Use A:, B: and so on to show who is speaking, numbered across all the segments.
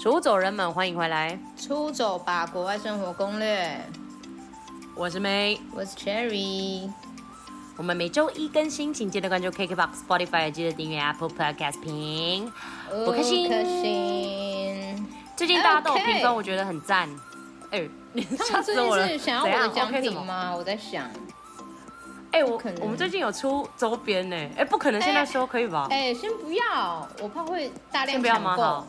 A: 出走人们，欢迎回来，
B: 出走吧，国外生活攻略。
A: 我是 May。
B: 我是 Cherry，
A: 我们每周一更新，请记得关注 KKBOX、Spotify，也记得订阅 Apple Podcast 评。不开心
B: 五颗星。
A: 最近大家都有
B: 哎 OK
A: 评分，我觉得很赞。哎、你
B: 他
A: 吓
B: 们最
A: 死我了！
B: 近是想要我
A: 怎
B: 的
A: 样
B: 奖
A: OK 什
B: 品
A: 么？
B: 吗？我在想，
A: 哎、我
B: 不可能
A: 我们最近有出周边呢、哎、不可能现在说可以吧？
B: 哎、先不要，我怕会大量
A: 先不要
B: 抢
A: 吗？
B: 购
A: 好。，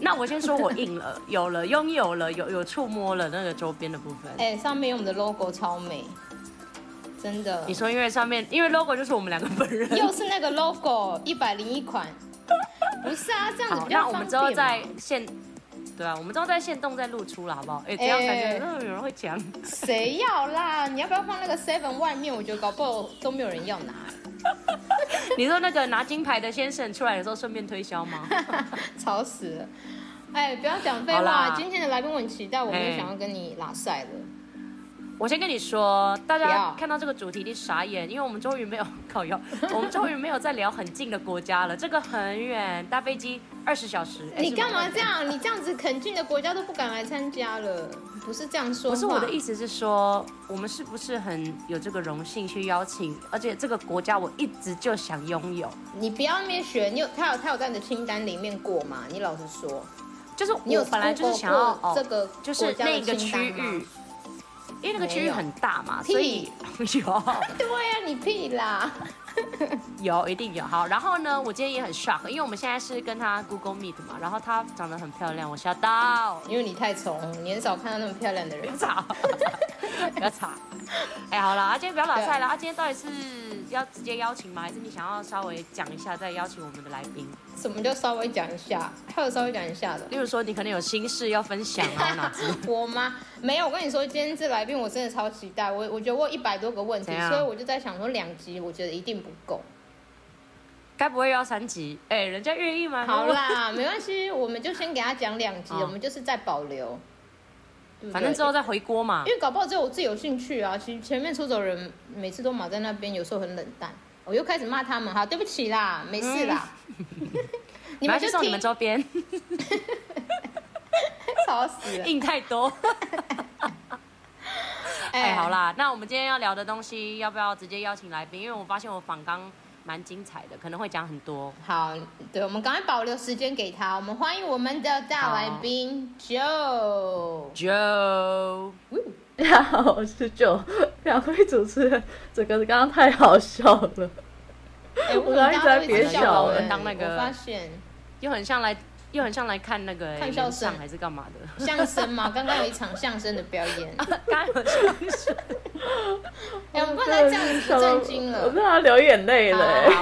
A: 那我先说，我印了，有了，拥有了，有有触摸了那个周边的部分。
B: 哎、上面有我们的 logo，超美，真的
A: 你。说，因为上面因为 logo 就是我们两个本人。
B: 又是那个 logo，一百零一款。不是啊，这样子
A: 好，
B: 比
A: 那
B: 较
A: 我
B: 方
A: 们之后
B: 便
A: 再
B: 嘛。
A: 现，对啊，我们之后再现动再露出了，好不好？哎、这样才觉得
B: 哎
A: 嗯有人会讲。
B: 谁要啦？你要不要放那个 seven 外面？我觉得搞不好都没有人要拿、
A: 你说那个拿金牌的先生出来的时候顺便推销 吗？
B: 吵死了！哎，不要讲废
A: 好啦
B: 话，今天的来宾我很期待，我没
A: 哎
B: 有想要跟你拉塞了。
A: 我先跟你说，大
B: 不
A: 家
B: 要
A: 看到这个主题一定傻眼，因为我们终于没有靠腰，我们终于没有再聊很近的国家了，这个很远，搭飞机二十小时。哎
B: 你干嘛？
A: 是
B: 这样？你这样子，肯进的国家都不敢来参加了，不是这样说
A: 不是我的意
B: 思。
A: 思是说，我们是不是很有这个荣幸去邀请？而且这个国家我一直就想拥有，
B: 你不要那边学，你有他有他有在你的清单里面过吗？你老实说，
A: 就是
B: 你有
A: 我本来就是
B: Google
A: 想要
B: 过
A: 哦，
B: 这个
A: 就是
B: 国家
A: 那
B: 的
A: 个
B: 清
A: 区
B: 单吗
A: 域？，因为那个区域很大嘛，
B: 没
A: 所
B: 有
A: 以 有
B: 对呀、你屁啦！
A: 有一定有好。然后呢，我今天也很 shock，因为我们现在是跟他 Google Meet 嘛，然后她长得很漂亮，我吓到，
B: 因为你太怂，你很少看到那么漂亮的
A: 不
B: 人
A: 要。 吵，不要吵。哎，好了，啊，今天不要老晒了，啊，今天到底是要直接邀请吗？还是你想要稍微讲一下再邀请我们的来宾？
B: 什么叫稍微讲一下？还有稍微讲一下的。
A: 例如说，你可能有心事要分享 啊，哪知
B: 我吗？没有，我跟你说，今天这来宾我真的超期待。我我觉得我有一百多个问题
A: 怎，样
B: 所以我就在想说两集，我觉得一定不够。
A: 该不会又要三级？哎、人家愿意吗？
B: 好，啦，没关系，我们就先给他讲两集，
A: 好
B: 我们就是在保留。对
A: 哦
B: 不对
A: 反正之后再回锅嘛
B: 因。为搞不好只有我自己有兴趣啊。其实前面出走人每次都马在那边，有时候很冷淡，我又开始骂他们哈，对不起啦，没事啦。
A: 嗯
B: 你们
A: 要
B: 就
A: 去送你们
B: 听，
A: 周边，
B: 吵死了。
A: 印太 多。哎、好
B: 啦。
A: 啦，那我们今天要聊的东西，要不要直接邀请来宾？因为我发现我访刚蛮精彩的，可能会讲很多。
B: 好，对，我们赶快保留时间给他。我们欢迎我们的大来宾 Joe。
A: Joe，
C: 大家好，我是九， 两位主持人，整个刚刚太好笑了。
B: 哎
C: 我刚刚一直在憋笑
B: 我
C: 哎
B: 们
A: 当那个
B: 我发现
A: 又很像来，又很像来看那个、
B: 看
A: 哎
B: 笑
A: 人上
B: 声
A: 还是干嘛的？
B: 相声嘛，刚刚有一场相声的表演。
A: 刚刚有笑声
B: 哎，我们
C: 哦
B: 不能再这样子不正经
C: 我
B: 了。啊
C: 真的要流眼泪了、
A: 好好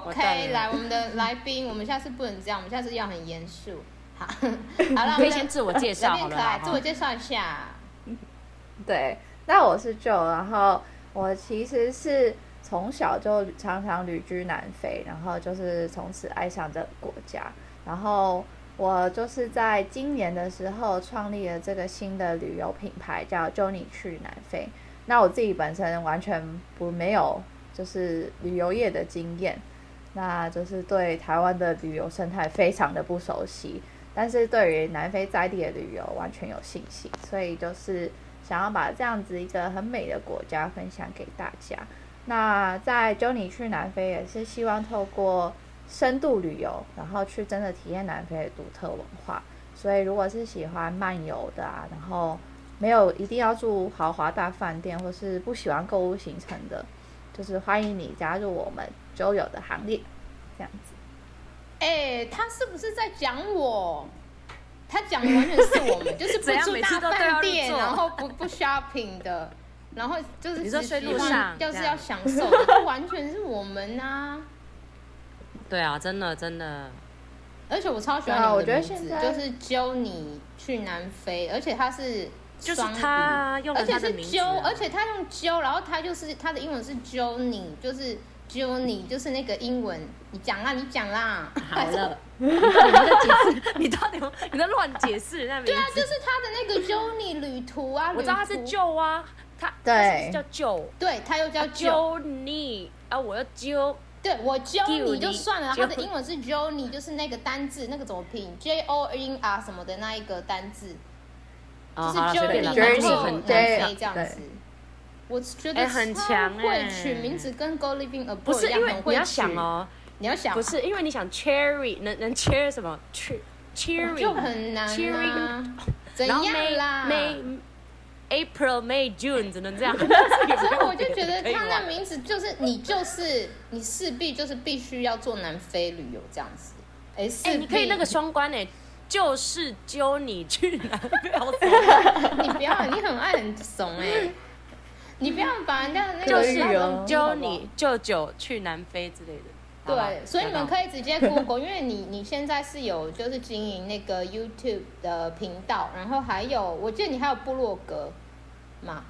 A: 好 我带
B: OK，
A: 了
B: 来，我们的来宾，我们下次不能这样，我们下次要很严肃。 好，好了，我
A: 可
B: 们
A: 以先自我介
B: 来
A: 绍好了
B: 宾 可爱，
A: 啦。
B: 自我介绍一下。
C: 对，那我是九，然后我其实是从小就常常旅居南非，然后就是从此爱上这个国家。然后我就是在今年的时候创立了这个新的旅游品牌，叫“就你去南非”。那我自己本身完全不没有就是旅游业的经验，那就是对台湾的旅游生态非常的不熟悉，但是对于南非在地的旅游完全有信心，所以就是想要把这样子一个很美的国家分享给大家。那在就你去南非也是希望透过深度旅游，然后去真的体验南非的独特文化。所以如果是喜欢漫游的啊，然后没有一定要住豪华大饭店，或是不喜欢购物行程的，就是欢迎你加入我们周友的行列，这样子。
B: 哎，他是不是在讲我？他讲的完全是我们，就是 不
A: 怎样
B: 住
A: 每次
B: 大
A: 都对号
B: 饭
A: 入
B: 店，
A: 座
B: 然后不不 shopping 的，然后就是
A: 你说
B: 只
A: 睡
B: 习
A: 路
B: 惯
A: 上
B: 要是
A: 这
B: 要
A: 样
B: 享受的，这完全是我们啊！
A: 对啊，真的真的，
B: 而且我超喜
C: 对啊
B: 欢
C: 我
B: 你
C: 觉
B: 的
C: 得
B: 名字，
C: 现在
B: 就是揪你去南非，而且他是
A: 就是
B: 双语
A: 他用了
B: 而且
A: 他的
B: 是
A: 名字
B: 揪，
A: 啊
B: 而且他用揪，然后他就是他的英文是揪你，就是揪你，就是那个英文，你讲啦，你讲啦，
A: 好了，你到底在解释？你到底有你在乱解释那名字？
B: 对啊，就是他的那个揪你旅途啊，
A: 我知道他是
B: 旅途
A: 旧啊，他
C: 对
A: 他是不是叫旧
B: 对，他又
A: 叫
B: 叫揪，
A: 揪你啊，我要揪，
B: 对我 j o 你就算了，
A: Johnny
B: 他的英文是 j o 你就是那个单字，那个怎么拼？J O N R 什么的那一个单字，
A: 哦，
B: 就是
A: 好了，随便
B: Johnny，然
A: 了，反
B: 后
C: Journey，
A: 正很
B: 南
A: 难。
C: 对
B: 非这样子
C: 对。
B: 我觉
A: 哎
B: 得
A: 很
B: 超
A: 强
B: 会
A: 哎
B: 取名字跟 Go Living Abroad
A: 不是
B: 一
A: 因
B: 样
A: 为
B: 很会
A: 你要
B: 取
A: 想，哦，
B: 你要想
A: 不是因为你想 cherry 能能 cherry 什么 che
B: 就
A: cherry，
B: 很难啊
A: Cheering，
B: 怎
A: 然后
B: 样
A: May
B: 啦？
A: May April May June 只能这样。 所
B: 所以我就觉得他那名字就是你就是你势必就是必须要做南非旅游这样子。哎，
A: 哎、
B: 势
A: 你可以
B: 必
A: 那个双关哎、就是揪你去南非好 爽
B: 你不要，你很爱很怂哎、 你不要把人家的那个
A: 就是
C: 可以哦
A: 揪你舅舅去南非之类的。好吧
B: 啊对，所以你们可以直接 Google，因为你你现在是有就是经营那个 YouTube 的频道，然后还有我记得你还有部落格嘛，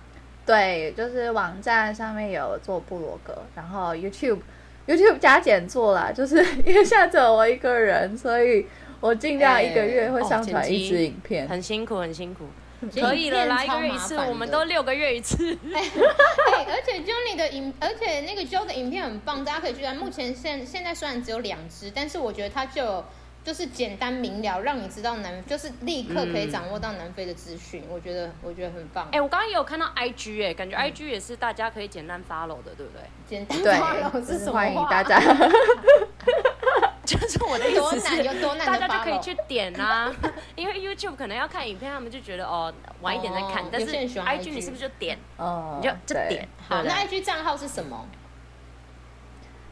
C: 对，就是网站上面有做部落格，然后 YouTube YouTube 加减做啦，就是 因为现在只有我一个人，所以我尽量一个
A: 哎
C: 月会上传一支影片。
A: 哦很辛苦，很辛苦，
B: 其实
A: 可以了，
B: 影片
A: 来一个
B: 超
A: 月一
B: 麻
A: 次，
B: 烦
A: 我们
B: 的
A: 都六个月一次。
B: 对，而且 Johnny 的影，而且那个 Joe 的影片很棒，大家可以去看。目前现现在虽然只有两支，但是我觉得它就有就是简单明了，让你知道南，就是立刻可以掌握到南非的资讯。我觉得我觉得很棒，
A: 哎、我刚刚也有看到 IG 哎、感觉 IG 也是大家可以简单 follow 的，对不对？
B: 简单
C: 对
B: 发了，是什么话
C: 欢迎大家。
A: 就是我的意
B: 多
A: 思
B: 难有
A: 是，
B: 多难
A: 大
B: 的
A: 家就可以
B: follow
A: 去点啊，因为 YouTube 可能要看影片，他们就觉得哦晚一点再看，
B: 哦
A: 但是
B: 有些人喜欢
A: IG 你是不是就点，
C: 哦，
A: 你就就
C: 对
A: 点？
B: 好，
A: 对不对
B: 那 IG 账号是什么？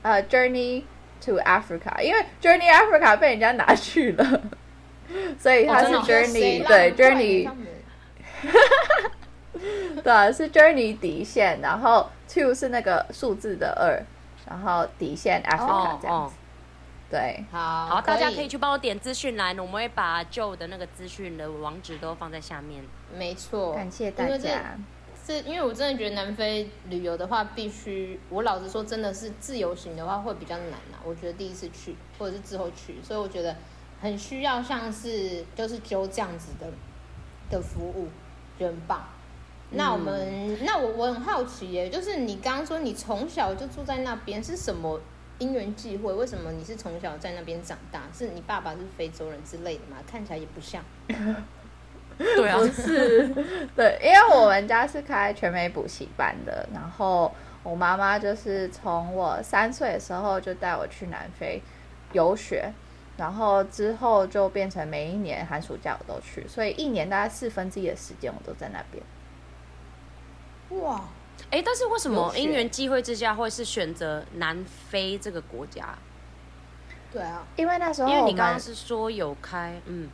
C: 呃，Journey to Africa，因为 Journey Africa 被人家拿去了，所以它
A: 哦
C: 是
A: 真的哦
C: Journey、
B: 谁
C: 对
B: 让怪你
C: Journey
B: 他们
C: 对啊，是 Journey 底线，然后 Two 是那个数字的二，然后底线 Africa
A: 哦
C: 这样
A: 哦
C: 子。，对，
B: 好，
A: 好，大家可以去帮我点资讯栏，我们会把旧的那个资讯的网址都放在下面。
B: 没错，
C: 感谢大
B: 因为这
C: 家。
B: 是因为我真的觉得南非旅游的话，必须我老实说，真的是自由行的话会比较难啊。我觉得第一次去或者是之后去，所以我觉得很需要像是就是揪这样子的的服务，觉得很棒。那我们、那我我很好奇耶，就是你刚刚说你从小就住在那边，是什么因缘际会？为什么你是从小在那边长大？是你爸爸是非洲人之类的吗？看起来也不像。
A: 对啊，
C: 是，对，因为我们家是开全美补习班的，然后我妈妈就是从我三岁的时候就带我去南非游学，然后之后就变成每一年寒暑假我都去，所以一年大概四分之一的时间我都在那边。
B: 哇，
A: 哎，但是为什
C: 有
A: 么
C: 趣
A: 因缘际会之下会是选择南非这个国家？
B: 对啊，
C: 因为那时候
A: 因为
C: 我
A: 你刚
C: 们
A: 刚是说有开，嗯，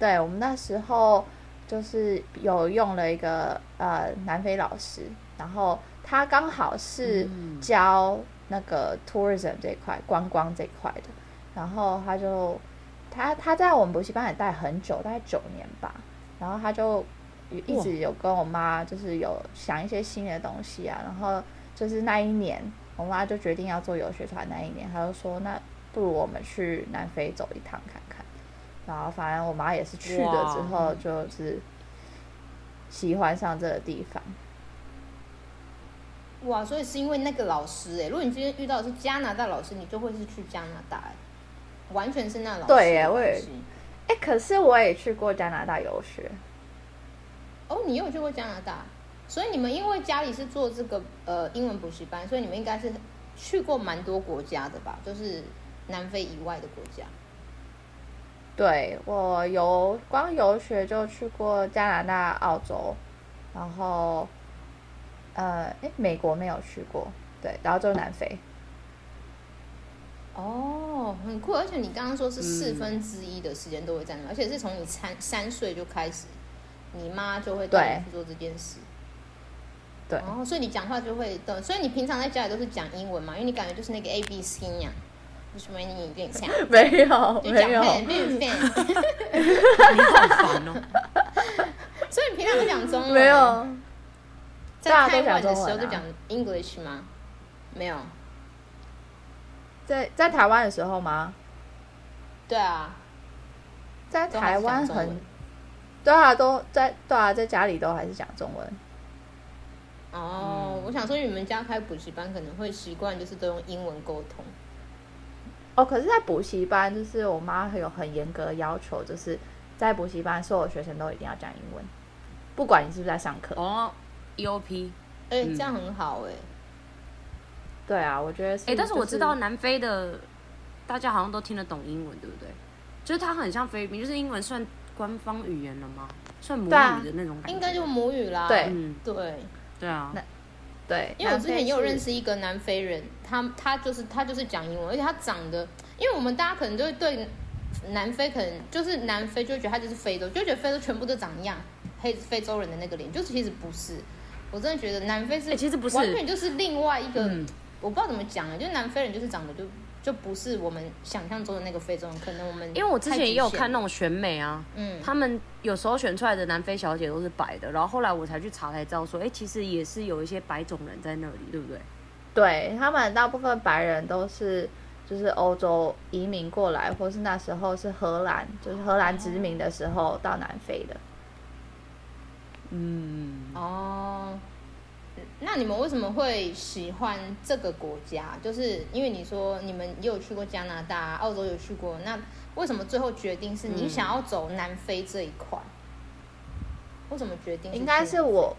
C: 对我们那时候就是有用了一个呃南非老师，然后他刚好是
A: 嗯
C: 教那个 tourism 这一块、观光这一块的，然后他就他他在我们补习班也待很久，大概九年吧，然后他就一直有跟我妈就是有想一些新的东西啊，然后就是那一年我妈就决定要做游学团，那一年她就说那不如我们去南非走一趟看看。然后反正我妈也是去了之
B: 嗯
C: 后，就是喜欢上这个地方。
B: 哇，所以是因为那个老师哎、如果你今天遇到的是加拿大老师，你就会是去加拿大哎、完全是那老师的
C: 对耶我也
B: 关系
C: 哎，可是我也去过加拿大游学，
B: 哦，你有去过加拿大，所以你们因为家里是做这个呃英文补习班，所以你们应该是去过蛮多国家的吧？就是南非以外的国家。
C: 对我游光游学就去过加拿大、澳洲，然后呃，哎，美国没有去过，对，然后就南非。
B: 哦，很酷！而且你刚刚说是四
A: 嗯
B: 分之一的时间都会在那，而且是从你三三岁就开始，你妈就会带你去做这件事。
C: 对
B: 哦，所以你讲话就会的，所以你平常在家里都是讲英文嘛，因为你感觉就是那个 A B C 呀，就是没你有点像，
C: 没有，
B: 就
C: 没
B: 讲
C: 有，
B: 变变变，
A: 你好烦哦。
B: 所以你平常都讲中文，
C: 没有，
B: 嗯在
C: 大
B: 开
C: 家都讲
B: 会的
C: 中
B: 时候
C: 文
B: 就
C: 啊
B: 讲 English 吗？没有，
C: 在在台湾的时候吗？
B: 对啊，
C: 在
B: 都还
C: 台
B: 是讲
C: 湾
B: 中文
C: 很，对啊，都在对啊，在家里都还是讲中文。嗯
B: 哦，我想说你们家开补习班可能会习惯就是都用英文沟通，
C: 哦，可是，在补习班，就是我妈有很严格的要求，就是在补习班所有学生都一定要讲英文，不管你是不是在上课。
A: 哦，EOP。
B: 哎、
C: 嗯
B: 这样很好哎、
C: 对啊，我觉得是。
A: 哎、但是我知
C: 就
A: 道南非的大家好像都听得懂英文，对不对？就是它很像菲律宾，就是英文算官方语言了吗？算母语
C: 对啊
A: 的那种感觉。
B: 应该就母语啦。
C: 对
A: 嗯，
B: 对，
A: 对啊
C: 那，对，
B: 因为我之前也有认
C: 识。
B: 识一个南非人，他他就是他就是讲英文，而且他长得，因为我们大家可能就会对南非可能就是南非就会觉得他就是非洲，就觉得非洲全部都长一样，黑非洲人的那个脸，就是其实不是。我真的觉得南非是、
A: 哎其实不是
B: 完全就是另外一个，
A: 嗯
B: 我不知道怎么讲啊，就南非人就是长得就就不是我们想象中的那个非洲人，可能我们
A: 因为我之前
B: 太
A: 也有
B: 局限
A: 看那
B: 了，
A: 种选美啊，
B: 嗯，
A: 他们有时候选出来的南非小姐都是白的，然后后来我才去查才知道说，哎、其实也是有一些白种人在那里，对不对？
C: 对他们大部分白人都是就是欧洲移民过来，或是那时候是荷兰，就是荷兰殖民的时候到南非的。
A: 嗯，
B: 哦，那你们为什么会喜欢这个国家？就是因为你说你们也有去过加拿大、澳洲有去过，那为什么最后决定是你
A: 嗯
B: 想要走南非这一块？为什么决定？
C: 应该是我，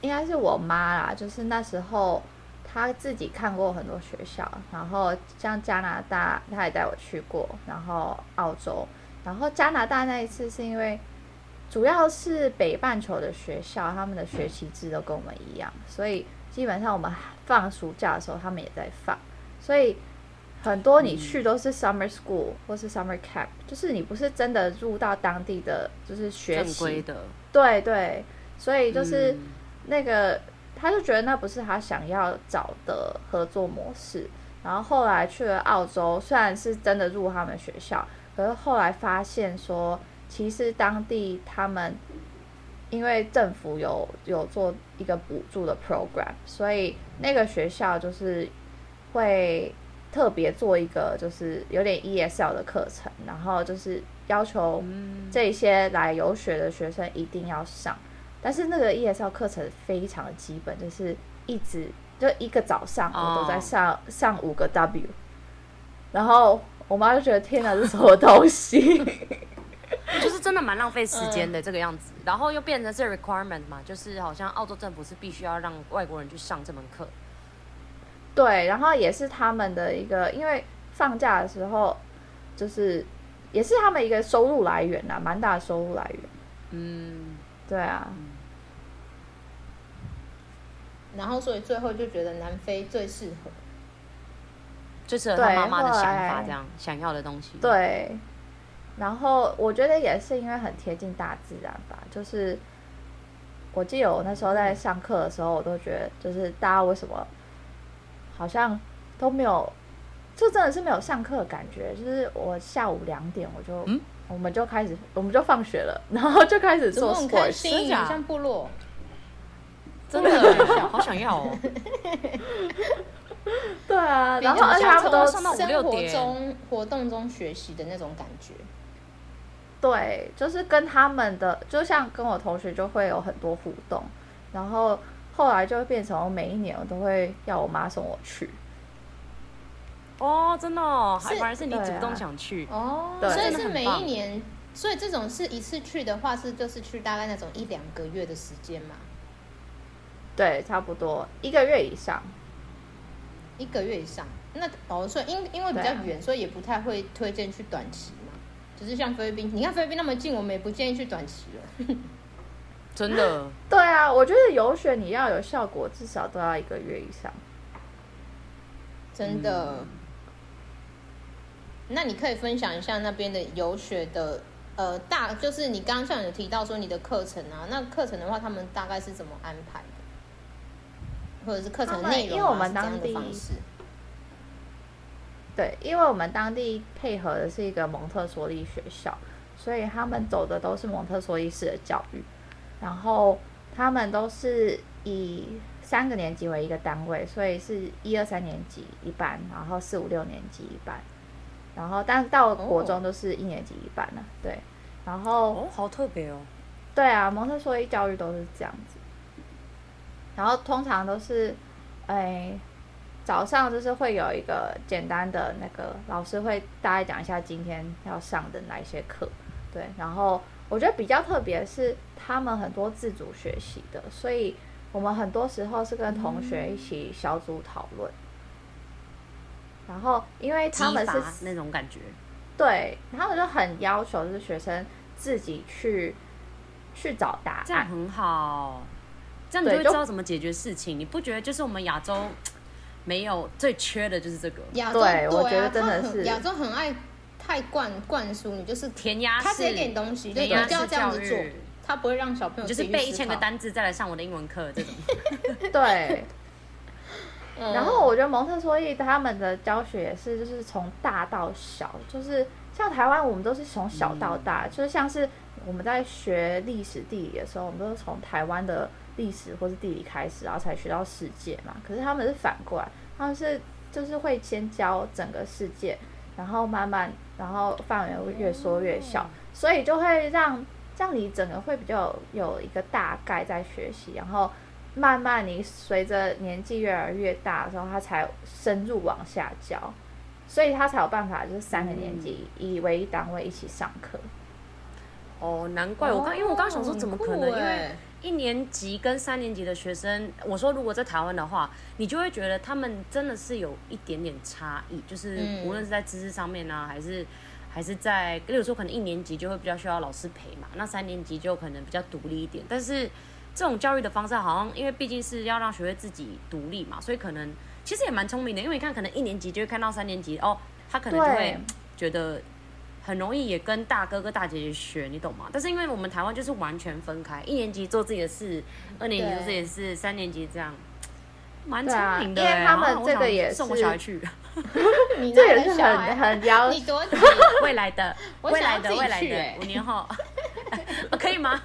C: 应该是我妈啦，就是那时候她自己看过很多学校，然后像加拿大，她也带我去过，然后澳洲，然后加拿大那一次是因为。主要是北半球的学校，他们的学期制都跟我们一样，所以基本上我们放暑假的时候，他们也在放，所以很多你
A: 嗯
C: 去都是 summer school 或是 summer camp，就是你不是真的入到当地的就是学
A: 正
C: 习
A: 规的，
C: 对对，所以就是
A: 嗯
C: 那个，他就觉得那不是他想要找的合作模式。然后后来去了澳洲，虽然是真的入他们学校，可是后来发现说，其实当地他们因为政府有有做一个补助的 program，所以那个学校就是会特别做一个就是有点 ESL 的课程，然后就是要求这些来游学的学生一定要上。但是那个 ESL 课程非常的基本，就是一直就一个早上我都在
A: 哦
C: 上、上五个 W，然后我妈就觉得天哪，这什么东西？
A: 就是真的蛮浪费时间的这个样子，然后又变成是 requirement 嘛，就是好像澳洲政府是必须要让外国人去上这门课，
C: 对，然后也是他们的一个，因为放假的时候，就是也是他们一个收入来源呐、蛮大的收入来源。
A: 嗯，
C: 对啊，
B: 然后所以最后就觉得南非最适合。
A: 最适合他
C: 对
A: 妈妈的
C: 后
A: 想
C: 来
A: 法，这样想要的东西，，
C: 对。然后我觉得也是因为很贴近大自然吧，就是我记得我那时候在上课的时候，我都觉得就是大家为什么好像都没有，就真的是没有上课的感觉。就是我下午两点我就、
A: 嗯
C: 我们就开始我们就放学了，然后就开始
B: 怎么
C: 做
B: 很开
C: sports。
B: 心？
A: 真假
B: 像部落，
A: 真的 好想要哦，
C: 对啊，然后
A: 较
C: 而且
A: 像
C: 他们都
A: 从上到五
B: 生
A: 六
B: 活
A: 点
B: 中活动中学习的那种感觉。
C: 对，就是跟他们的，就像跟我同学就会有很多互动，然后后来就变成我每一年我都会要我妈送我去，
A: 哦，真的哦，还
B: 是
A: 反而是你
C: 对
A: 主动
C: 啊
A: 想去，
B: 哦，
C: 对
B: 所以
A: 真的
B: 是
A: 很
B: 每一
A: 棒
B: 年，所以这种是一次去的话是就是去大概那种一两个月的时间嘛，
C: 对，差不多一个月以上，
B: 一个月以上。那哦，所以因因为比较
C: 对啊
B: 远，所以也不太会推荐去短期嘛。只是像菲律宾，你看菲律宾那么近，我们也不建议去短期了。
A: 真的，
C: 对啊，我觉得游学你要有效果，至少都要一个月以上。
B: 真的。
C: 嗯
B: 那你可以分享一下那边的游学的，呃，大就是你刚刚像有提到说你的课程啊，那课程的话，他们大概是怎么安排的，或者是课程
C: 他们
B: 内容、啊、
C: 因为我们
B: 是怎样
C: 当地
B: 的方式，
C: 对，因为我们当地配合的是一个蒙特梭利学校，所以他们走的都是蒙特梭利式的教育，然后他们都是以三个年级为一个单位，所以是一二三年级一班，然后四五六年级一班，然后但到国中都是一年级一班了，对，然后
A: 哦，好特别哦，
C: 对啊，蒙特梭利教育都是这样子，然后通常都是，哎，早上就是会有一个简单的那个老师会大概讲一下今天要上的哪一些课，对，然后我觉得比较特别是他们很多自主学习的，所以我们很多时候是跟同
A: 嗯
C: 学一起小组讨论，然后因为他们
A: 激发
C: 是
A: 那种感觉，
C: 对，他们就很要求就是学生自己去去找答
A: 这样
C: 案，
A: 很好，这样你
C: 啊对
A: 就会
C: 就
A: 知道怎么解决事情。你不觉得就是我们亚洲没有最缺的就是这个
B: 亚洲
C: 对
B: 啊
C: 我觉得真的
B: 他很
C: 是
B: 亚洲很爱太灌灌输你，就是
A: 填鸭
B: 他直接
A: 式
B: 给你东西，就
A: 填
B: 一定
A: 鸭式
B: 要这样
A: 教
B: 子做
A: 育，，
B: 他不会让小朋友
A: 你就是
B: 自己去
A: 背一
B: 思
A: 千个
B: 考，
A: 单字再来上我的英文课这种。
C: 对。
B: 嗯
C: 然后我觉得蒙特梭利他们的教学也是，就是从大到小，就是像台湾我们都是从小到大，就是像是我们在学历史地理的时候，我们都是从台湾的历史或是地理开始，然后才学到世界嘛。可是他们是反过来，他们是就是会先教整个世界，然后慢慢，然后范围会越缩越小，所以就会让让你整个会比较有有一个大概在学习，然后慢慢你随着年纪越来越大的时候，他才深入往下教，所以他才有办法就是三个年级以为一单位一起上课。
A: 哦，难怪我刚，因为我刚刚想说怎么可能，
B: 很
A: 因
B: 酷
A: 为
B: 欸
A: 一年级跟三年级的学生，我说如果在台湾的话，你就会觉得他们真的是有一点点差异，就是
B: 嗯
A: 无论是在知识上面呢、啊，还是还是在，例如说可能一年级就会比较需要老师陪嘛，那三年级就可能比较独立一点，但是这种教育的方式好像，因为毕竟是要让学会自己独立嘛，所以可能其实也蛮聪明的，因为你看可能一年级就会看到三年级哦，他可能就会
C: 对
A: 觉得很容易也跟大哥哥大姐姐学，你懂吗？但是因为我们台湾就是完全分开，一年级做自己的事，二年级做自己的事，三年级这样，蛮聪明的、
C: 对啊
A: 欸。
C: 因为他们
A: 然后我想
C: 这个也是
A: 送我小孩去
B: 你
C: 这
B: 嗯那
C: 也
B: 个
C: 是
B: 小
C: 很
B: 孩，
C: 很要
B: 欸你多急，
A: 未来的
B: 我
A: 未
B: 想
A: 来
B: 要自
A: 的
B: 己
A: 未来
B: 去
A: 的
B: 欸
A: 五年后， 哦可以吗？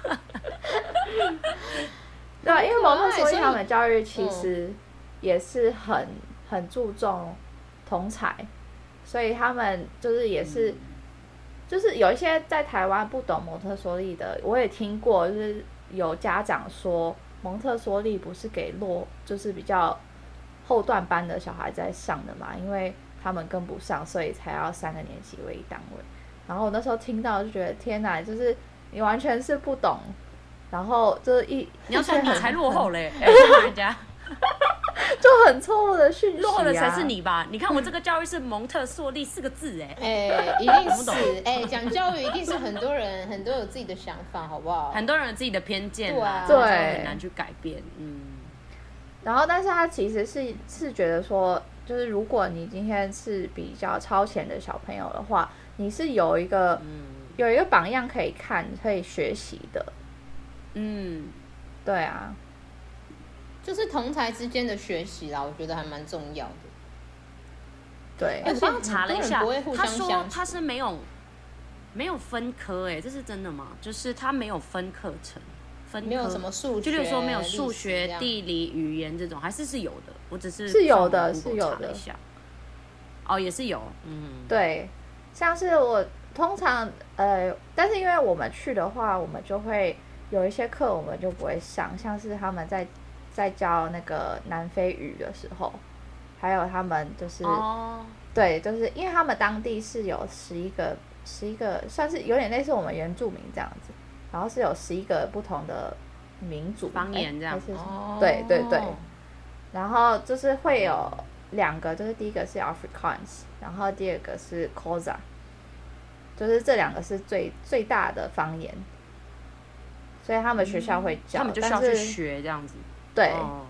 C: 对，因为蒙特梭
B: 所
C: 利
B: 以
C: 他们教育其实也是很很注重同才，所以他们就是也是、
B: 嗯
C: 就是有一些在台湾不懂蒙特梭利的，我也听过，就是有家长说蒙特梭利不是给落就是比较后段班的小孩在上的嘛，因为他们跟不上，所以才要三个年级为一单位。然后我那时候听到就觉得天哪，就是你完全是不懂，然后就是一
A: 你要说
C: 一
A: 我
C: 些很
A: 才落后嘞，哎我骂人家
C: 就很错误的讯息、啊，
A: 落后的才是你吧？你看我这个教育是蒙特梭利四个字哎。
B: 哎，一定
A: 我不
B: 是
A: 懂
B: 哎，讲教育一定是很多人很多有自己的想法，好不好？
A: 很多人有自己的偏见啦，
B: 对
A: 这
C: 啊
A: 种
C: 对
A: 很难去改变。嗯，
C: 然后，但是他其实是是觉得说，就是如果你今天是比较超前的小朋友的话，你是有一个、有一个榜样可以看、可以学习的。
A: 嗯，
C: 对啊，
B: 就是同才之间的学习啦，我觉得还蛮重要的。
C: 对
A: 哎、，我刚刚查了一下
B: 很多人不，会互
A: 他
B: 相
A: 说
B: 相
A: 他是没有没有分科、哎，这是真的吗？就是他没有分课程，分科
B: 没有什么数学，
A: 就例如说没有数
B: 历史这
A: 学、
B: 样
A: 地理、语言这种，还是是有的。我只是
C: 是有的
A: 上网 Google
C: 是有的
A: 查了一下。哦，也是有，嗯，
C: 对，像是我通常呃，但是因为我们去的话，我们就会有一些课我们就不会上，像是他们在在教那个南非语的时候，还有他们就是、
A: 哦，
C: 对，就是因为他们当地是有十一个十一个，算是有点类似我们原住民这样子，然后是有十一个不同的民族
A: 方
C: 哎
A: 言这样
C: 还是什
B: 哦，
C: 么对对对然后就是会有两个，就是第一个是 Afrikaans，然后第二个是 Kosa，就是这两个是最最大的方言，所以他们学校会教，
A: 嗯他们就是要
C: 但
A: 去
C: 是
A: 学这样子。
C: 对、
A: 哦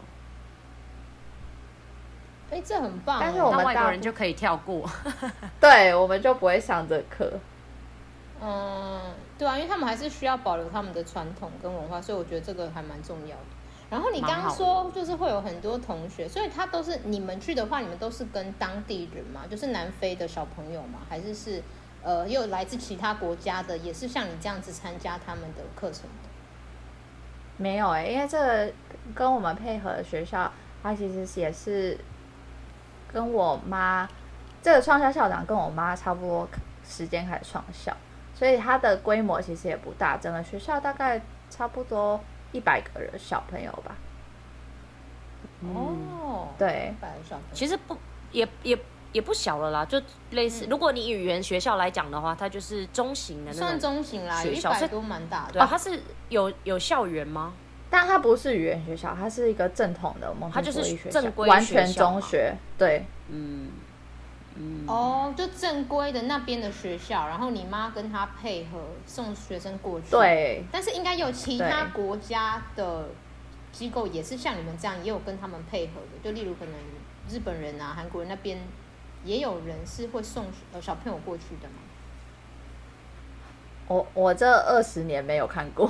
B: 哎，这很棒哎。
C: 但是我
A: 那
C: 们
A: 外国
C: 大
A: 人
C: 部
A: 就可以跳过。
C: 对，我们就不会上这课。
B: 嗯，对啊，因为他们还是需要保留他们的传统跟文化，所以我觉得这个还蛮重要的。然后你刚
A: 蛮
B: 刚
A: 好
B: 说就是会有很多同学，所以他都是你们去的话，你们都是跟当地人嘛，就是南非的小朋友嘛，还是是呃又来自其他国家的，也是像你这样子参加他们的课程的？
C: 没有哎、因为这个跟我们配合的学校，它其实也是跟我妈这个创校校长跟我妈差不多时间开始创校，所以它的规模其实也不大，整个学校大概差不多一百个人小朋友吧。
B: 哦，
C: 对
B: 百个小时，
A: 嗯其实不也也也不小了啦，就类
B: 嗯
A: 似，如果你以语言学校来讲的话，它就是中型的那
B: 算
A: 种。
B: 中哦型啦，有
A: 学
B: 一
A: 校
B: 百
A: 是
B: 多蛮大
A: 对啊，
B: 的。
A: 它是有有校园吗？
C: 但它不是语言学校，它是一个正统的蒙特
A: 它就是
C: 梭利学校，
A: 正规
C: 完
A: 学
C: 全
A: 校
C: 中
A: 嘛
C: 学。对，
A: 嗯嗯，
B: 哦，就正规的那边的学校，然后你妈跟他配合送学生过去。，
C: 对，
B: 但是应该有其他
C: 对
B: 国家的机构也是像你们这样，也有跟他们配合的。就例如可能日本人啊、韩国人那边也有人是会送呃小朋友过去的嘛。
C: 我我这二十年没有看过，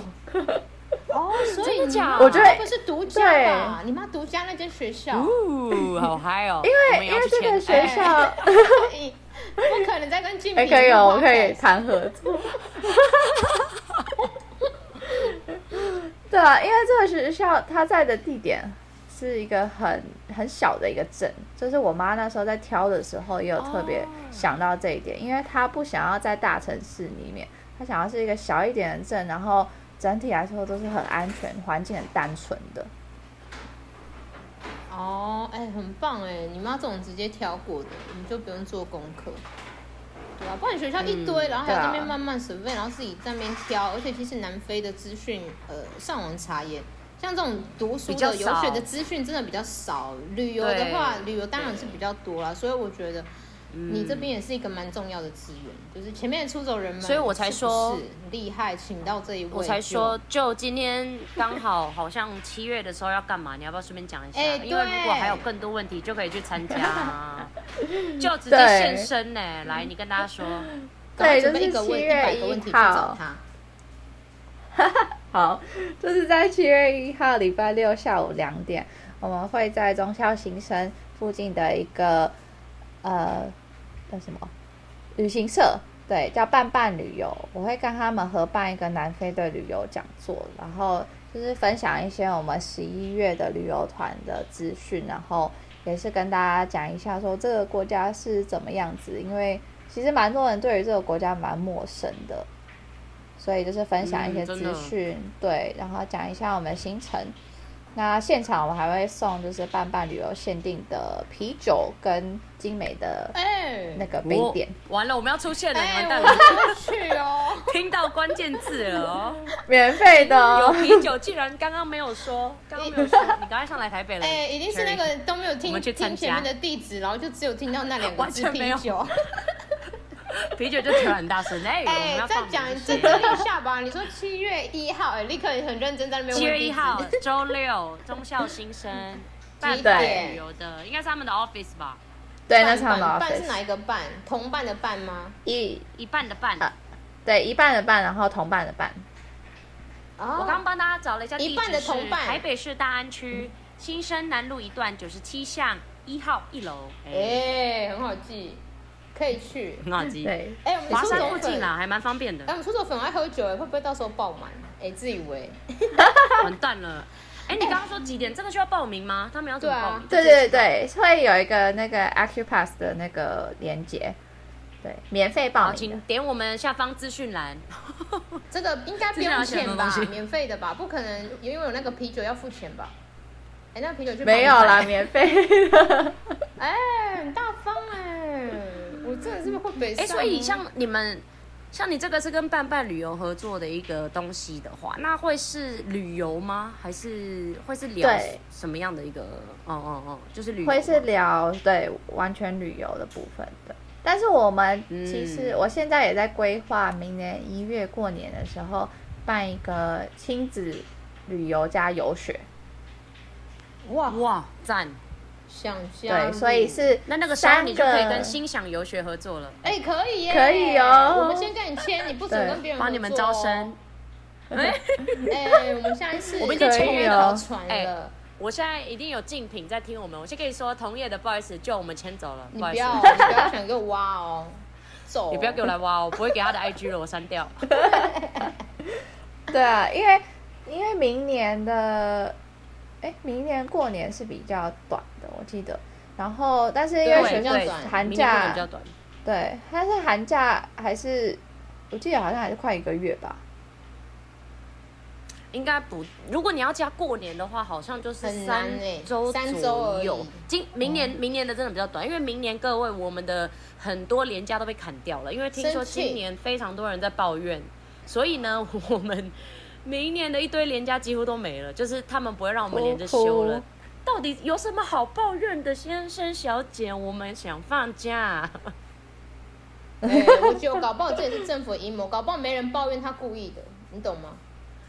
B: 哦，所以
A: 真的假
B: 你妈
A: 的我觉得
B: 该不是独家吧？你妈独家那间学校，
A: 哦，好嗨哦！
C: 因
A: 因
C: 为因为这个学校，哎、
B: 哎不可能再跟竞品。
C: 可以哦，我可以。谈合作。 对啊，因为这个学校它在的地点是一个很很小的一个镇，就是我妈那时候在挑的时候也有特别
A: 哦
C: 想到这一点，因为她不想要在大城市里面，她想要是一个小一点的镇，然后整体来说都是很安全，环境很单纯的。
B: 哦，哎、很棒哎！你妈这种直接挑过的，你就不用做功课，对啊，不然学校一
A: 嗯
B: 堆，然后还要
C: 对
B: 在
C: 啊
B: 那边慢慢准备，然后自己在那边挑。而且其实南非的资讯，呃，上网查也，像这种读书
A: 比较
B: 的、游学
A: 少
B: 的资讯真的比较少。旅游的话，
A: 对嗯
B: 旅游当然是比较多啦，所以我觉得你这边也是一个蛮重要的资源，就是前面的出走人们，
A: 所以我才说
B: 是不是厉害，请到这一位，
A: 我才说，就今天刚好好像七月的时候要干嘛？你要不要顺便讲一下？
B: 哎
A: 因为如果
B: 对
A: 还有更多问题，就可以去参加 啊，就直接
C: 对
A: 现身呢、来，你跟大家说，
B: 赶快
C: 对
B: 准备
C: 就是
B: 一个问
C: 7
B: 一
C: 月
B: 百个问题
C: 1
B: 去找
C: 号
B: 他。
C: 好，就是在七月一号礼拜六下午两点，我们会在中校新生附近的一个呃叫什么旅行社，对，叫伴伴旅游，我会跟他们合办一个南非的旅游讲座，然后就是分享一些我们十一月的旅游团的资讯，然后也是跟大家讲一下说这个国家是怎么样子，因为其实蛮多人对于这个国家蛮陌生的。所以就是分享一些
A: 嗯真
C: 资
A: 的
C: 讯，对，然后讲一下我们的行程。那现场我们还会送就是伴伴旅游限定的啤酒跟精美的
B: 哎、
C: 那个杯
A: 我
C: 垫，
A: 完了，我们要出现了，你
B: 哎、
A: 完蛋
B: 我
A: 了，
B: 我去 哦。
A: 听到关键字了哦。
C: 免费的
A: 有
C: 哦。
A: 啤酒，竟然刚刚没有说，刚刚没 有说，你刚才上来台北了，
B: 哎、一定是那
A: Cherry
B: 个都没有
A: 我
B: 听
A: 们去参
B: 听前
A: 加
B: 面的地址，然后就只有听到那两个
A: 完
B: 字
A: 全没
B: 啤
A: 有
B: 酒。
A: 啤酒就突然很大声，哎，我
B: 哎、
A: 们要
B: 再
A: 放
B: 讲
A: 这
B: 再
A: 些
B: 整理一下吧。你说七月一号，哎、立刻很认真在那边问
A: 七月
B: 地
A: 一
B: 址
A: 号，周六，中校新 生办
B: 几
A: 伴
B: 点
A: 旅游的，应该是他们的 office 吧，
C: 对，那
B: 办
C: 是他们
B: 办办是
C: office
B: 哪一个办？同办的办吗？
C: 一
A: 一半的半。
C: 啊对一半的半，然后同伴的伴。
B: 哦
A: 我刚帮大家找了一下地址是，
B: 一半的同伴
A: 台北市大安区新生南路一段九十七巷一号一楼，哎，
B: 哎、很好记，可以去。
A: 很好记。
C: 对，
B: 哎、我们
A: 华
B: 出
A: 山
B: 走
A: 附
B: 粉
A: 近啊啦，还蛮方便的
B: 哎、。我们出走粉爱喝酒，哎，会不会到时候爆满？哎、自以为。
A: 完蛋了。哎、你刚刚说几点？这个需要报名吗？他们要怎么
B: 对啊
A: 报名？
C: 对对对，会有一个那个 Acupass 的那个连接，对，免费报
A: 好，
C: 名的
A: 请。点我们下方资讯栏。
B: 这个应该不
A: 这是要
B: 用
A: 钱的
B: 钱吧
A: 东西？
B: 免费的吧？不可能，因为有那个啤酒要付钱吧？哎、那啤酒去
C: 没有啦，免费的。
B: 哎、很大方哎、我真的是不是会被
A: 哎、
B: 上哦
A: 所以像你们，像你这个是跟伴伴旅游合作的一个东西的话，那会是旅游吗？还是会是聊
C: 对
A: 什么样的一个？哦哦哦，就是旅游吗。
C: 会是聊对完全旅游的部分的。但是我们其实、
A: 嗯
C: 我现在也在规划，明年一月过年的时候办一个亲子旅游加游学，
B: 哇，
A: 哇，赞！
B: 想象
C: 对，
B: 力
C: 所以是
A: 那那个时候你就可以
C: 三个
A: 跟心想游学合作了，
B: 哎、可以耶，
C: 可以哦
B: 我们先跟你签，你不准
C: 对
B: 跟别人
A: 帮你们
B: 合作哦
A: 招生。。
B: 哎、我们下一次
A: 我们已
C: 经
B: 就
C: 签
B: 签
C: 约
B: 约
C: 了
B: 到船了，
A: 我现在一定有竞品在听我们，我先跟你说，同业的不好意思，就我们签走了，
B: 你
A: 不好
B: 不
A: 意思
B: 要，，你不要想给我挖哦， 走，
A: 你不要给我来挖哦，我不会给他的 IG 了，我删 掉。
C: 对啊，因为因为明年的，哎，明年过年是比较短的，我记得。然后，但是因为
B: 对
C: 学
B: 比
C: 校
B: 较
A: 对
B: 短
C: 寒
A: 明年可能
C: 假
A: 比较短，
C: 对，但是寒假还是我记得好像还是快一个月吧。
A: 应该不，如果你要加过年的话，好像就是
B: 很
A: 三
B: 难欸
A: 周
B: 三周
A: 左
B: 而
A: 右
B: 已。嗯
A: 今明年明年的真的比较短，因为明年各位我们的很多年假都被砍掉了，因为听说
B: 生气
A: 今年非常多人在抱怨，所以呢， 我们明年的一堆年假几乎都没了，就是他们不会让我们连
B: 哦
A: 着休了
C: 哭。
A: 到底有什么好抱怨的，先生小姐？我们想放假。
B: 对，哎我觉得搞不好这也是政府的阴谋，搞不好没人抱怨他故意的，你懂吗？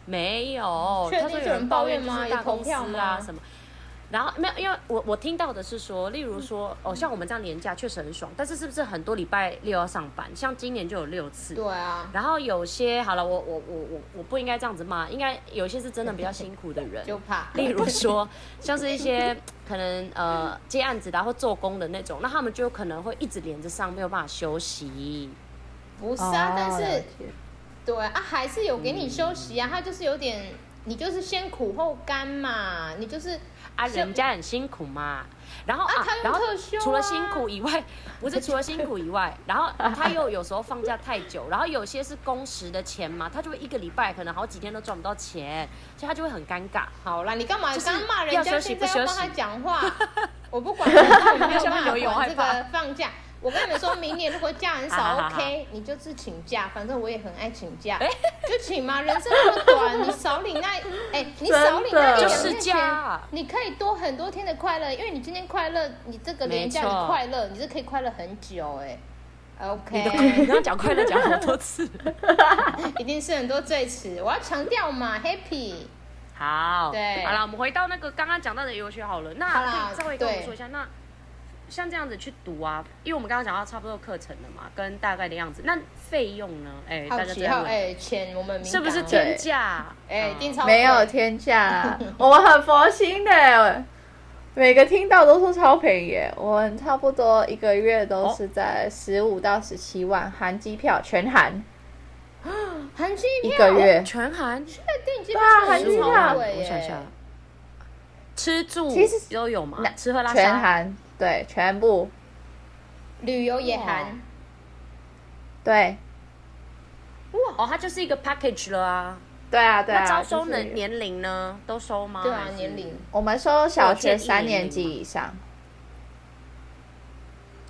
A: 没有，
B: 确定
A: 他说
B: 是
A: 有
B: 有
A: 人
B: 人
A: 抱
B: 抱
A: 怨
B: 怨
A: 就
B: 吗
A: 是
B: 有
A: 大
B: 投
A: 公司
B: 票
A: 啊
B: 吗
A: 什么。然后没有，因为我我听到的是说，例如说，
B: 嗯
A: 哦，像我们这样年假确实很爽，但是是不是很多礼拜六要上班？像今年就有六次。
B: 对啊，
A: 然后有些好了，我我我我我不应该这样子骂，应该有些是真的比较辛苦的人，
B: 就怕。
A: 例如说，像是一些可能呃接案子的啊或做工的那种，那他们就可能会一直连着上，没有办法休息。
B: 不是啊，
C: 哦
B: 但
C: 了
B: 是
C: 解
B: 对啊，还是有给
A: 嗯
B: 你休息啊。他就是有点，你就是先苦后甘嘛，你就是
A: 啊，
B: 是
A: 人家很辛苦嘛。然后
B: 啊
A: 啊
B: 他，又
A: 然后
B: 特休
A: 除了
B: 啊
A: 辛苦以外， 不是除了辛苦以外，然后他又有时候放假太久，然后有些是工时的钱嘛，他就会一个礼拜可能好几天都赚不到钱，所以他就会很尴尬。
B: 好啦，你干嘛
A: 就是
B: 刚骂人
A: 要
B: 家？
A: 休息
B: 现
A: 不
B: 在
A: 休
B: 要帮他
A: 息
B: 讲话， 我不管，我没有
A: 下面
B: 办
A: 有有
B: 法管
A: 害
B: 这
A: 怕
B: 个 放假。我跟你们说，明年如果假很
A: 好好
B: 少
A: 好哎好
B: ，OK，你就是请假，反正我也很爱请假，就请嘛。人生那么短，你少领那，哎，你
C: 真
B: 少领那
C: 的
B: 一两
C: 就是
B: 天
A: 假
B: 钱，你可以多很多天的快乐，因为你今天快乐，你这个年假
A: 没
B: 你
A: 错
B: 快乐，你是可以快乐很久，哎
A: 你都你
B: ，OK，
A: 刚刚讲快乐讲好多 次，
B: 一定是很多最词，我要强调嘛，Happy，
A: 好，
B: 对
A: 好了，我们回到那个刚刚讲到的游学好了，
B: 好
A: 那
B: 啦
A: 可以稍微跟我们
B: 对
A: 说一下，那像这样子去读啊，因为我们刚刚讲到差不多课程了嘛，跟大概的样子，那费用呢？哎，
B: 好
A: 大家
B: 奇
A: 最
B: 好，
A: 爱问，
B: 哎，钱我们敏
A: 是不是啊
B: 感哦
A: 天价？
B: 哎，一定超
C: 没有
B: 贵
C: 天价啦，我们很佛心的，每个听到都说超便宜耶，我们差不多一个月都是在十五到十七万，含机票全含
B: 含机
C: 一
B: 票
C: 个月。
A: 全含
B: 确定机
C: 对啊
B: 票
C: 含
B: 是
C: 机
B: 很
C: 票
B: 贵耶
A: 我想一下，吃住
C: 其实
A: 都有嘛
C: 那，
A: 吃喝拉
C: 全
A: 撒
C: 含，对，全部
B: 旅游也
A: 哇
B: 含，
C: 对，
A: 哦，它就是一个 package 了啊。
C: 对啊，对啊。
A: 那招收
C: 就是
A: 年年龄呢？都收吗？
B: 对啊
A: 还，是
B: 年龄。
C: 我们收小
A: 我
C: 学
A: 建议年
C: 三年
A: 龄
C: 级
A: 嘛
C: 以上，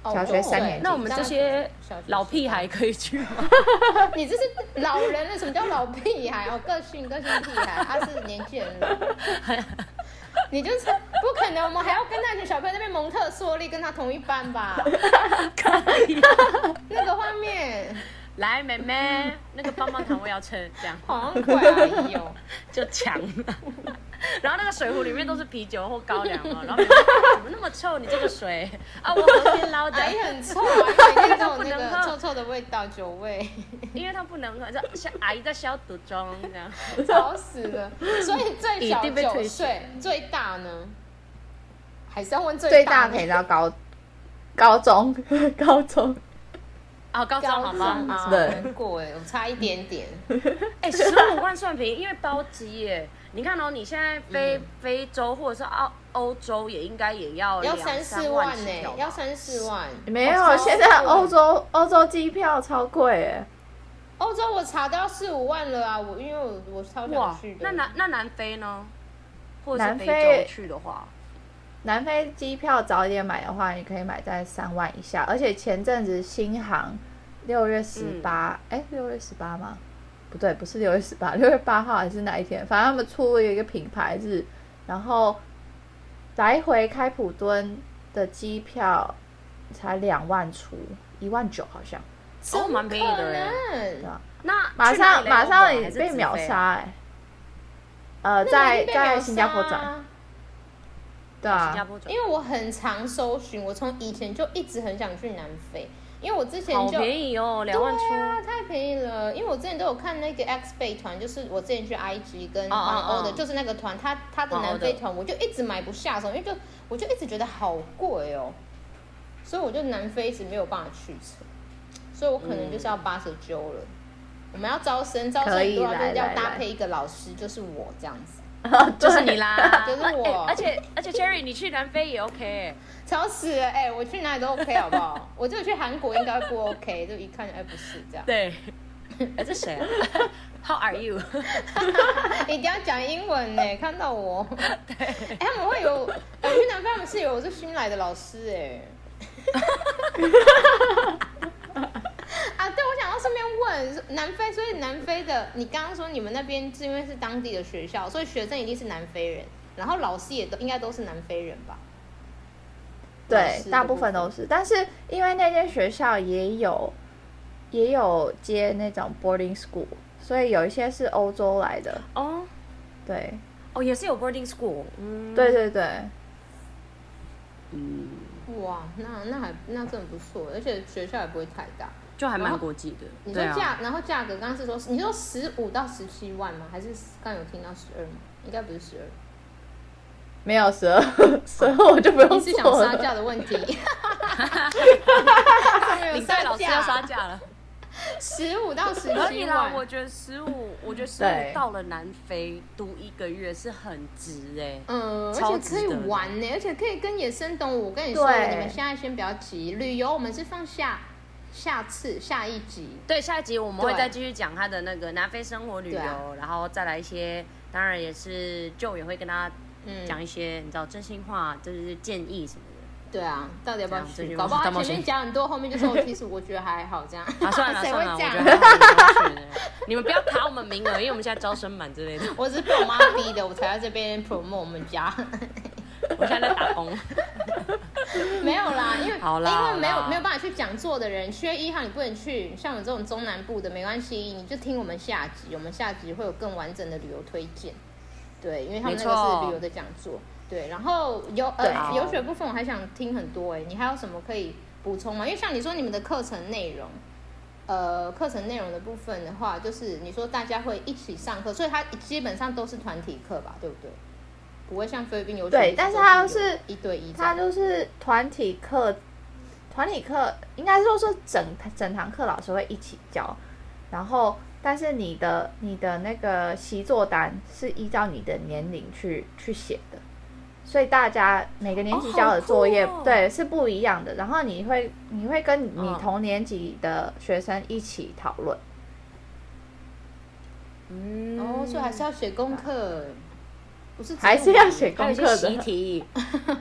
B: 哦
C: 小学
B: 对
C: 三年级
A: 那我们这些老屁，孩可以去吗？
B: 当然 你这是老人了，什么叫老屁孩？哦， 个性个性屁孩，他是年纪人了。 你就是不可能，我们还要跟那群小朋友在那边蒙特梭利，跟他同一班吧？
A: 可以。
B: 那个画面
A: 来，妹妹，那个棒棒糖我也要吃，这样
B: 好像怪阿姨哦。
A: 就抢。 然后那个水壶里面都是啤酒或高粱啊嘛，然后妹妹说怎么那么臭？你这个水啊，我昨天捞的
B: 阿，姨很臭啊，阿姨每天都有那
A: 不能
B: 个
A: 喝
B: 臭臭的味道，酒 味。
A: 因为它不能喝，这像阿姨在消毒中这 样。
B: 吵死了！所以最小
A: 一定被
B: 九
A: 退
B: 岁，最大呢？还是要问最
C: 最
B: 大
C: 大
B: 呢
C: 可以到高高中， 高中
A: 啊，
C: 哦
A: 高中
B: 高
A: 好吗？
B: 中啊，
C: 对
B: 难过哎，我差一点点。
A: 哎，十五万算便宜，因为包机耶。你看哦，你现在飞非洲或者是澳欧洲，也应该也要
B: 要
A: 两
B: 三四
A: 万
B: 万呢、
A: 起跳吧
B: 要三四万。
C: 没有
B: 哦，超
C: 现在
B: 贵
C: 欧洲欧洲机票超贵耶。
B: 欧洲我查到四五万了啊！我因为我我超
A: 哇
B: 想去，的。
A: 那南那南非呢？或者是
C: 南
A: 非
C: 非
A: 洲去的话，
C: 南非机票早一点买的话，你可以买在三万以下，而且前阵子新航六月十八、
A: 嗯
C: 哎，六月十八吗？不对，不是六月十八， 六月八号还是哪一天？反正他们出了一个品牌日，然后来回开普敦的机票才两万出，一万九好像，
B: 怎
A: 哦，
B: 么
A: 蛮便宜的耶。
B: 可
C: 对
B: 能
C: 吧？
A: 那
C: 马
A: 去哪
C: 上
A: 里
C: 马上
A: 嘞
C: 也被秒。
A: 啊
C: 杀哎、
B: 那
C: 呃，
B: 个
C: 在
B: 一定被秒
C: 在
B: 杀
C: 新加坡转，
B: 啊
A: 欧盟还是自费新加
C: 对啊，
A: 坡转
B: 因为我很常搜寻，我从以前就一直很想去南非，因为我之前
A: 好
B: 就
A: 便宜哦，两 万出。
B: 对啊，太便宜了！因为我之前都有看那个 X 贝团，就是我之前去埃及跟
A: 哦哦
B: 环欧的
A: 哦
B: 就是那个团，他他的南非团，我就一直买不下手，因为就我就一直觉得好贵哦，所以我就南非一直没有办法去成，所以我可能就是
A: 嗯
B: 要八十九了。我们要招生，招生
C: 可以
B: 的话就
C: 来
B: 是要
C: 来
B: 搭
C: 来
B: 配一个老师，就是我这样子，
A: 就是你啦，
B: 就是
A: 哎
B: 我
A: 而且而且 Cherry，你去南非也 OK，哎
B: 超死了！哎、我去哪里都 OK 好不好？我只有去韩国应该不 OK，就一看哎不是这样。
A: 对。哎，这谁啊 ？How are you？
B: 一定要讲英文呢、看到我，对，哎、他们会有，我去南非他们是有我是新来的老师哎、啊，对，我想要顺便问南非，所以南非的，你刚刚说你们那边是因为是当地的学校，所以学生一定是南非人，然后老师也都应该都是南非人吧？老
C: 对
B: 师，的
C: 大部分
B: 部分
C: 都是，但是因为那间学校也有也有接那种 boarding school，所以有一些是欧洲来的，
A: 哦
C: 对，
A: 哦，也是有 boarding school，嗯，
C: 对对对，
A: 嗯，
B: 哇，那那还那真的不错，而且学校也不会太大。
A: 就还
B: 然
A: 蛮
B: 后
A: 国际的，
B: 你说
A: 对
B: 价，
A: 啊，
B: 然后价格刚刚是说，你说十五到十七万吗？还是刚有听到十二吗？应该不是十二。
C: 没有蛇，蛇我就不用
B: 你是想
C: 做
B: 杀
C: 了。
B: 价的问 题？
A: 领队老师 要杀价了，
B: 十五到十
A: 可
B: 七
A: 以啦
B: 万，，
A: 我觉得十五，我觉得十
C: 对
A: 五到了南非读一个月是很值哎，
B: 嗯，
A: 超
B: 而且
A: 值
B: 可以
A: 得的
B: 玩呢，而且可以跟野生动物。我跟你说，
C: 对
B: 你们现在先不要急，旅游我们是放下下次下一集。
A: 对，下一集我们会
B: 对
A: 再继续讲他的那个南非生活旅游，
B: 对啊
A: 然后再来一些，当然也是就也会跟他
B: 嗯，
A: 讲一些、你知道真心话，就是建议什么的。
B: 对啊，到底要不要
A: 这样这
B: 去？
A: 句
B: 搞不
A: 话
B: 好
A: 大冒
B: 他
A: 险
B: 前面讲很多，后面就说我其实我觉得还好这样。
A: 啊，算了
B: 谁
A: 算了，
B: 会
A: 我
B: 这
A: 觉
B: 样
A: 得？还好你们去的 你们不要卡我们名额，因为我们现在招生满之类的，
B: 我只是被我妈逼的，我才在这边 promote 我们家。
A: 我现在在打 工。
B: 没有啦，因为
A: 好啦
B: 因为没
A: 好
B: 有
A: 啦
B: 没有办法去讲座的人，七月一号你不能去。像我这种中南部的没关系，你就听我们下集，我们下集会有更完整的旅游推荐。对，因为他们那
A: 没错
B: 个是旅游的讲座。对，然后游
C: 对
B: 呃
A: 好
B: 游学部分我还想听很多哎、你还有什么可以补充吗？因为像你说你们的课程内容，呃，课程内容的部分的话，就是你说大家会一起上课，所以它基本上都是团体课吧，对不对？不会像菲律宾游学
C: 对
B: 部
C: 但是
B: 都
C: 它
B: 有
C: 是
B: 一对一这样，
C: 他就是团体课，团体课应该说是整整堂课老师会一起教，然后但是你的你的那个习作单是依照你的年龄去去写的，所以大家每个年级
A: 哦
C: 交的作业、
A: 好酷哦
C: 对是不一样的，然后你会你会跟你
A: 嗯
C: 同年级的学生一起讨论。
A: 哦嗯
B: 哦，所以还是要写功课，不是只有
C: 还是要写
B: 你
C: 功
A: 还有一些
C: 课
A: 习
C: 的
A: 题，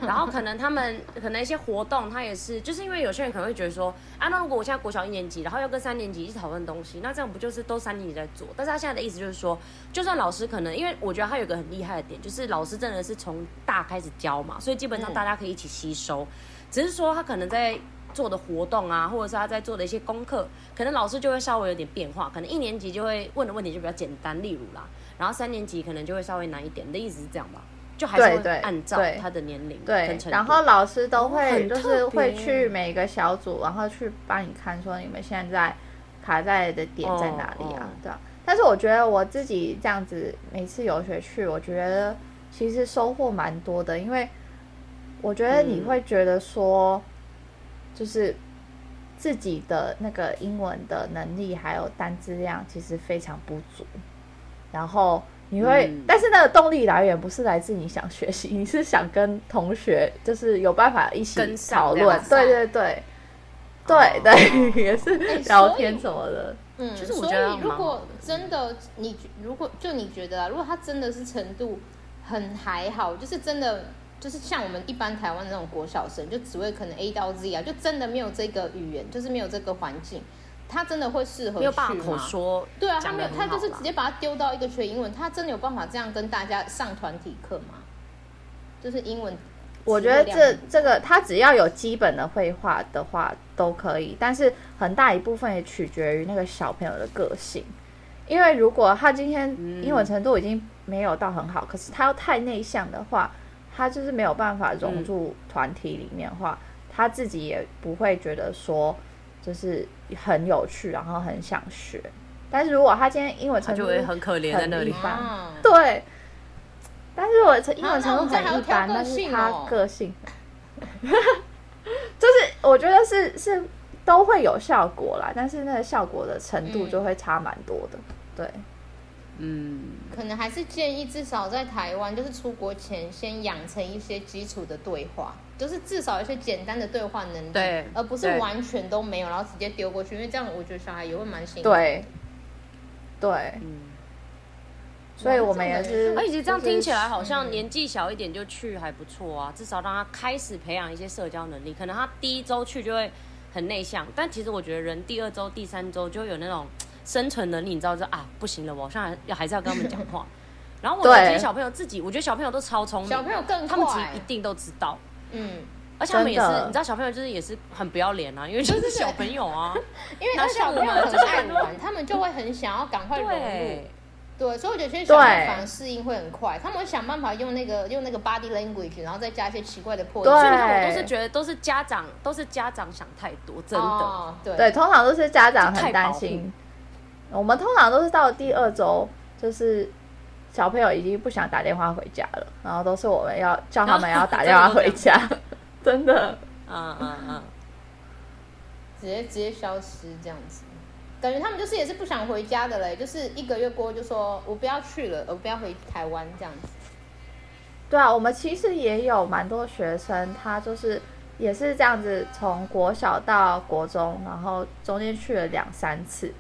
A: 然后可能他们可能一些活动，他也是，就是因为有些人可能会觉得说，啊，那如果我现在国小一年级，然后要跟三年级一起讨论东西，那这样不就是都三年级在做？但是他现在的意思就是说，就算老师可能，因为我觉得他有一个很厉害的点，就是老师真的是从大开始教嘛，所以基本上
B: 嗯
A: 大家可以一起吸收，只是说他可能在。做的活动啊，或者是他在做的一些功课，可能老师就会稍微有点变化，可能一年级就会问的问题就比较简单，例如啦，然后三年级可能就会稍微难一点。你的意思是这样吧？就还是
C: 对
A: 会
C: 对
A: 按照
C: 对
A: 他的年龄
C: 对
A: 跟，程度
C: 然后老师都
A: 哦
C: 会
A: 很
C: 就是
A: 特别
C: 会去每个小组，然后去帮你看说你们现在卡在的点在哪里
A: 哦
C: 啊
A: 哦，
C: 对啊。但是我觉得我自己这样子每次游学去，我觉得其实收获蛮多的，因为我觉得你
A: 嗯
C: 会觉得说，就是自己的那个英文的能力还有单字量其实非常不足，然后你会，
A: 嗯
C: 但是那个动力来源不是来自你想学习，你是想跟同学就是有办法一起
A: 跟上
C: 讨
A: 这
C: 论
A: 样，子
C: 对对对，对
A: 哦
C: 对， 也是
B: 哎
C: 聊
B: 所以
C: 天什么的，
B: 嗯，
A: 就是我
B: 所
A: 觉得
B: 以
A: 蛮
B: 如
A: 好
B: 果
A: 的
B: 真的你如果就你觉得、啊，如果他真的是程度很还好，就是真的就是像我们一般台湾那种国小生，就只会可能 A 到 Z 啊，就真的没有这个语言，就是没有这个环境，他真的会适合
A: 没有
B: 去
A: 办法口
B: 吗
A: 说，
B: 对啊，他
A: 讲
B: 没
A: 得
B: 有，
A: 很
B: 他就是
A: 好啦
B: 直接把他丢到一个学英文，他真的有办法这样跟大家上团体课吗？就是英文词汇量很多，
C: 我觉得这这个，他只要有基本的绘画的话都可以，但是很大一部分也取决于那个小朋友的个性。因为如果他今天
A: 嗯
C: 英文程度已经没有到很好，可是他又太内向的话，他就是没有办法融入团体里面的话，他自己也不会觉得说就是很有趣，然后很想学。但是如果他今天英文
A: 他
C: 程
A: 就
C: 度
A: 会很可怜在那
C: 很一
A: 里。
C: 般
B: 啊，
C: 对，但是我英文
B: 啊
C: 程度
B: 那我们这还
C: 很
B: 要
C: 一
B: 挑
C: 般，
B: 个
C: 但是
B: 性
C: 他
B: 哦
C: 个性， 就是我觉得是是都会有效果啦，但是那个效果的程度
B: 嗯
C: 就会差蛮多的。对，
A: 嗯，
B: 可能还是建议至少在台湾，就是出国前先养成一些基础的对话，就是至少一些简单的对话能力，
A: 对
B: 而不是
A: 对
B: 完全都没有，然后直接丢过去，因为这样我觉得小孩也会蛮辛苦。
C: 对，对，
A: 嗯，
C: 所以我们也是，
B: 嗯
A: 而且这样
C: 就是
A: 听起来好像年纪小一点就去还不错啊，至少让他开始培养一些社交能力。可能他第一周去就会很内向，但其实我觉得人第二周、第三周就会有那种生存能力，你知道就啊不行了，我好像还要还是要跟他们讲话。然后我觉得
C: 对
A: 这些小朋友自己，我觉得小朋友都超聪明，
B: 小朋友更
A: 他们其实
B: 快
A: 一定都知道，
B: 嗯，
A: 而且他们也是，
C: 真的
A: 你知道小朋友就是也是很不要脸啊，因为就是小朋友 啊，
B: 因为
A: 哪
B: 他
A: 像
B: 小朋友
A: 我们
B: 很爱玩，他们就会很想要赶快融入
A: 对。，
B: 对，所以我觉得其实小朋友
C: 对
B: 反而适应会很快，他们会想办法用那个用那个 body language，然后再加一些奇怪的破音。
C: 对
A: 所以你看我都是觉得都是家长都是家长想太多，真的。
B: 哦，对
C: 对，通常都是家长很
A: 就太保
C: 担心。我们通常都是到第二周，就是小朋友已经不想打电话回家了，然后都是我们要叫他们要打电话回家， 真的。
A: 嗯嗯嗯，
B: 直接直接消失这样子，感觉他们就是也是不想回家的嘞，就是一个月过后就说我不要去了，我不要回台湾这样子。
C: 对啊，我们其实也有蛮多学生，他就是也是这样子，从国小到国中，然后中间去了两三次，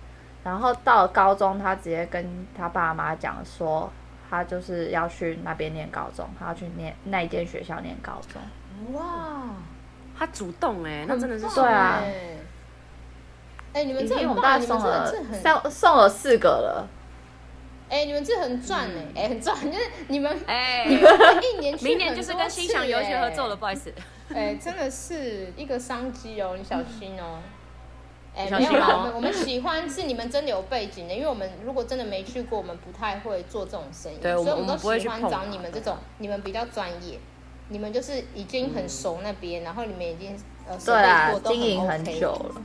C: 然后到了高中，他直接跟他爸妈讲说，他就是要去那边念高中，他要去念那一间学校念高中。
B: 哇，
A: 他主动哎、那真的是
B: 很
C: 对
B: 棒
C: 啊
B: 欸。哎、你们
C: 已
B: 这
C: 经我
B: 很
C: 们
B: 棒，
C: 大
B: 你
C: 概
B: 们
C: 送
B: 这
C: 了
B: 这很
C: 送送了四个了，
B: 哎、你们这很赚哎、哎、很赚，就是你们
C: 嗯
A: 哎、
B: 一年去
A: 明年
B: 很
A: 就是
B: 多
A: 跟心想
B: 次
A: 游学合作了，
B: 哎，
A: 不好意思。
B: 哎、真的是一个商机哦，你小心哦。哎、
A: 你小
B: 没
A: 心
B: 有
A: 哦
B: 啦，我们我们喜欢是你们真的有背景的，因为我们如果真的没去过，我们不太会做这种生意，
A: 对
B: 所以
A: 我们
B: 我
A: 我们不
B: 都
A: 会
B: 喜
A: 去
B: 欢
A: 碰
B: 找
A: 啊
B: 你们这
A: 对
B: 种，你们比较专业，你们就是已经很熟那
A: 嗯
B: 边，然后你们已经呃
C: 对啊
B: 手，背做都
C: 经营很
B: OK
C: 久了，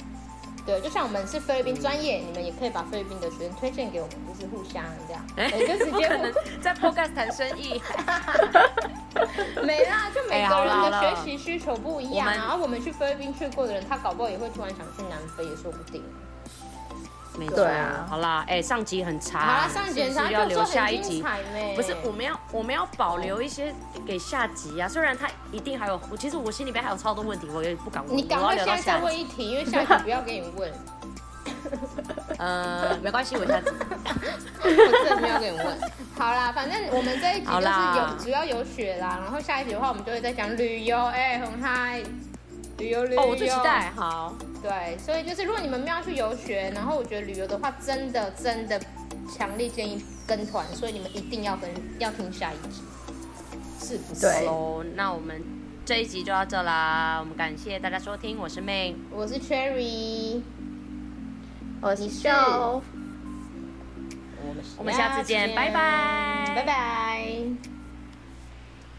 B: 对，就像我们是菲律宾专业，你们也可以把菲律宾的学生推荐给我们，就是互相这样，
A: 哎、
B: 我就直
A: 不
B: 接
A: 可能在 Podcast 谈生意，
B: 没啦，就每
A: 哎
B: 个
A: 好
B: 人
A: 啦
B: 的
A: 好啦
B: 学习需求不一样
A: 我
B: 啊。
A: 们
B: 然后我们去菲律宾去过的人，他搞不好也会突然想去南非，也说不定。
A: 没
C: 对啊
A: 好啦，哎、上集很长，
B: 好啦，上
A: 是
B: 卷
A: 不是
B: 他
A: 要
B: 就
A: 留
B: 说
A: 下
B: 很
A: 一
B: 精
A: 集。
B: 彩呢。
A: 不是，我们要我们要保留一些给下集啊。虽然他一定还有，我其实我心里面还有超多问题，我也不敢问。
B: 你赶
A: 我要聊
B: 快
A: 到
B: 现在再
A: 下
B: 问
A: 集。
B: 一题，因为下一题不要给你问，
A: 呃，没关系，我下集。
B: 我真的没有给你问。好啦，反正我们这一集就
A: 好
B: 是
A: 啦
B: 有主要有雪啦，然后下一集的话，我们就会再讲旅游，哎、很嗨，旅游旅 游。
A: 哦，我最期待。好。
B: 对，所以就是如果你们没有去游学，然后我觉得旅游的话，真的真的强烈建议跟团，所以你们一定要跟要听下一集，是不是？
C: 对
A: 喽，那我们这一集就到这啦，我们感谢大家收听，我是 May，
B: 我是 Cherry，
C: 我是
B: 你是
C: Joe
B: 我们
A: 我们下次见拜拜
B: 拜拜。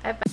C: 拜拜。